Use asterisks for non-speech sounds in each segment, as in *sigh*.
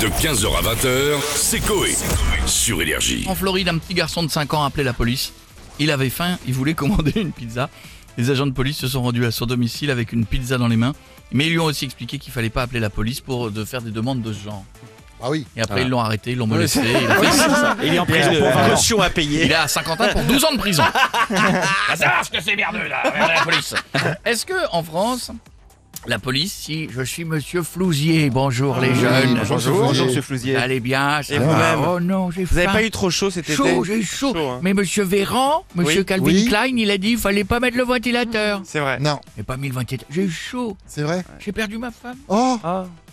De 15h à 20h, c'est Coé. Sur Énergie. En Floride, un petit garçon de 5 ans a appelé la police. Il avait faim, il voulait *laughs* commander une pizza. Les agents de police se sont rendus à son domicile avec une pizza dans les mains. Mais ils lui ont aussi expliqué qu'il fallait pas appeler la police pour euh, de faire des demandes de ce genre. Ah oui. Et après, ils l'ont arrêté, ils l'ont molesté. *laughs* Il a, fait- Il est en prison pour caution à il payer. est à 50 ans pour 12 ans de prison. *laughs* Va savoir ce que c'est merdeux, là. Regardez la police. *laughs* Est-ce que, en France, la police, si je suis monsieur Flouzier, bonjour les Ah Oui, jeunes. bonjour, Ah Bonjour, monsieur monsieur Flouzier. Allez bien, c'est Et va. vous-même Oh non, j'ai Vous avez faim. pas eu trop chaud cet été chaud, j'ai eu chaud. Chaud, hein. Mais monsieur Véran, monsieur Oui. Calvin Oui. Klein, il a dit il fallait pas mettre le ventilateur. C'est vrai. Non, J'ai pas mis le ventilateur. J'ai eu chaud. c'est vrai. J'ai perdu ma femme. Oh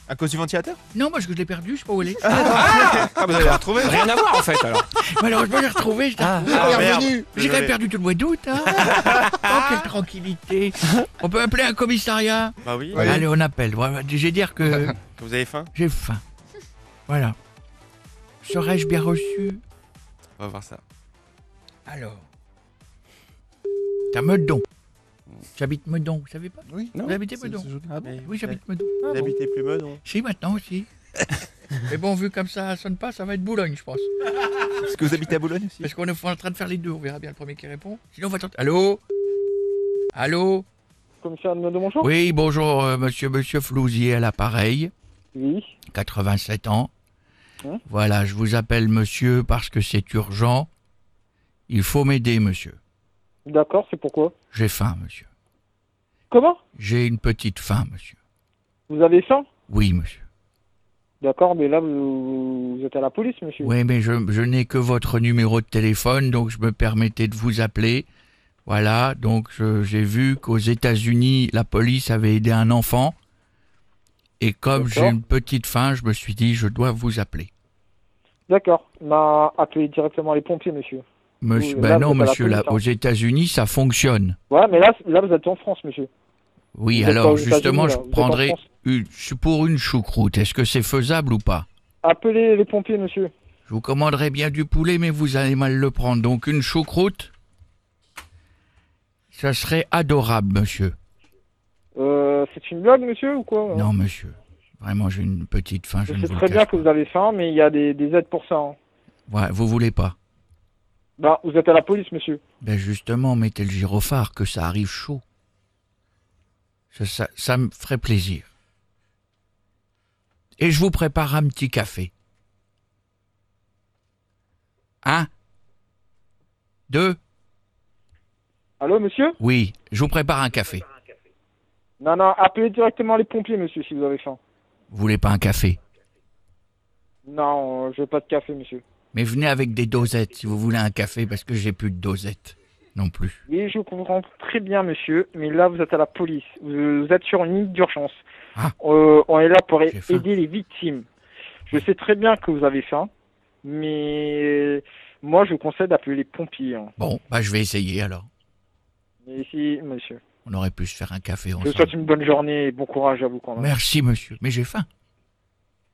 À cause du ventilateur Non, moi je l'ai perdue, je sais pas où elle *laughs* est. Ah, vous avez retrouvé Rien à voir en fait alors. Malheureusement, j'ai retrouvé. je l'ai Ah. retrouvée. Elle est merde. revenue. J'ai quand même perdu tout le mois d'août. *laughs* Hein. oh, quelle tranquillité. On peut appeler un commissariat. Bah oui. Ouais. Allez, on appelle. Voilà, Je vais dire *laughs* que Que Vous avez faim j'ai faim. Voilà. Serais-je bien reçu On va voir ça. Alors. T'as Meudon. J'habite Meudon, vous savez pas Oui. Vous habitez Meudon Mais Oui, j'habite Meudon. Vous habitez plus hein. Meudon Si, *laughs* maintenant aussi. Mais bon, vu comme ça sonne pas, ça va être Boulogne, je pense. Est-ce que vous habitez à Boulogne aussi Parce qu'on est en train de faire les deux, on verra bien le premier qui répond. Sinon, on va tenter. Allô Allô Commissaire de bonjour Oui, bonjour, euh, monsieur, monsieur Flouzier à l'appareil, Oui. 87 ans. Hein Voilà, je vous appelle monsieur parce que c'est urgent. Il faut m'aider, monsieur. D'accord, c'est pourquoi J'ai faim, monsieur. Comment J'ai une petite faim, monsieur. Vous avez faim Oui, monsieur. D'accord, mais là, vous, vous êtes à la police, monsieur. Oui, mais je, je n'ai que votre numéro de téléphone, donc je me permettais de vous appeler. Voilà, donc je- j'ai vu qu'aux États-Unis, la police avait aidé un enfant. Et comme j'ai D'accord. une petite faim, je me suis dit, je dois vous appeler. D'accord. M'a appelé directement les pompiers, monsieur. Monsieur, Oui, ben là, non, vous êtes à la monsieur, là, police, hein. aux États-Unis, ça fonctionne. Ouais, mais là, là, vous êtes en France, monsieur. Oui, Vous êtes pas alors aux justement, États-Unis, je là, vous êtes en prendrai France. une, je suis pour une choucroute. Est-ce que c'est faisable ou pas Appelez les pompiers, monsieur. Je vous commanderai bien du poulet, mais vous allez mal le prendre. Donc une choucroute, ça serait adorable, monsieur. Euh, c'est une blague, monsieur, ou quoi Non, monsieur. Vraiment, j'ai une petite faim. Je Je ne sais vous le très bien cache que pas. vous avez faim, mais il y a des, des aides pour ça. hein. Ouais, vous voulez pas Bah, vous êtes à la police, monsieur. Ben justement, mettez le gyrophare, que ça arrive chaud. Ça, ça, ça me ferait plaisir. Et je vous prépare un petit café. Un. Deux. Allô, monsieur Oui, je vous prépare un café. Non, non, appelez directement les pompiers, monsieur, si vous avez faim. Vous voulez pas un café Non, euh, je veux pas de café, monsieur. Mais venez avec des dosettes si vous voulez un café, parce que j'ai plus de dosettes non plus. Oui, je vous comprends très bien, monsieur, mais là, vous êtes à la police. Vous vous êtes sur une ligne d'urgence. Ah. Euh, on est là pour a- J'ai faim. aider les victimes. Je sais très bien que vous avez faim, mais moi, je vous conseille d'appeler les pompiers. hein. Bon, bah je vais essayer alors. Mais si, monsieur. On aurait pu se faire un café Je vous ensemble. souhaite une bonne journée et bon courage à vous quand même. Merci monsieur, mais j'ai faim.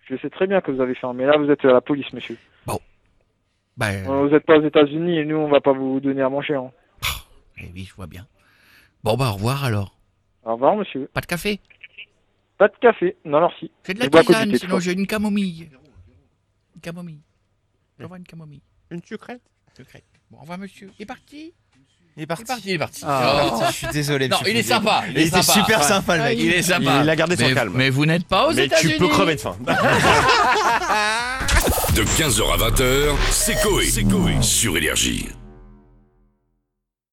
Je sais très bien que vous avez faim, mais là, vous êtes à la police, monsieur. Ben, Euh, Vous n'êtes pas aux États-Unis et nous, on va pas vous donner à manger. Hein. eh oui, je vois bien. Bon, bah, au revoir alors. Au revoir, monsieur. Pas de café Pas de café. Non, merci. J'ai de la Et bois à côté, tisane, tu sinon vois. j'ai une camomille. Une camomille. J'envoie une camomille. Une sucrète Secrète. Bon, au revoir, monsieur. Il est parti Il est Il est parti. parti, il est parti. Ah, Oh. je suis désolé. Non, monsieur il est Flouzier. sympa. Il était super sympa le Ouais, mec. Il est sympa. Il a gardé son Mais- calme. Mais vous n'êtes pas aux Mais États-Unis. tu peux crever de faim. De 15h à 20h, c'est Coé. Sur Énergie.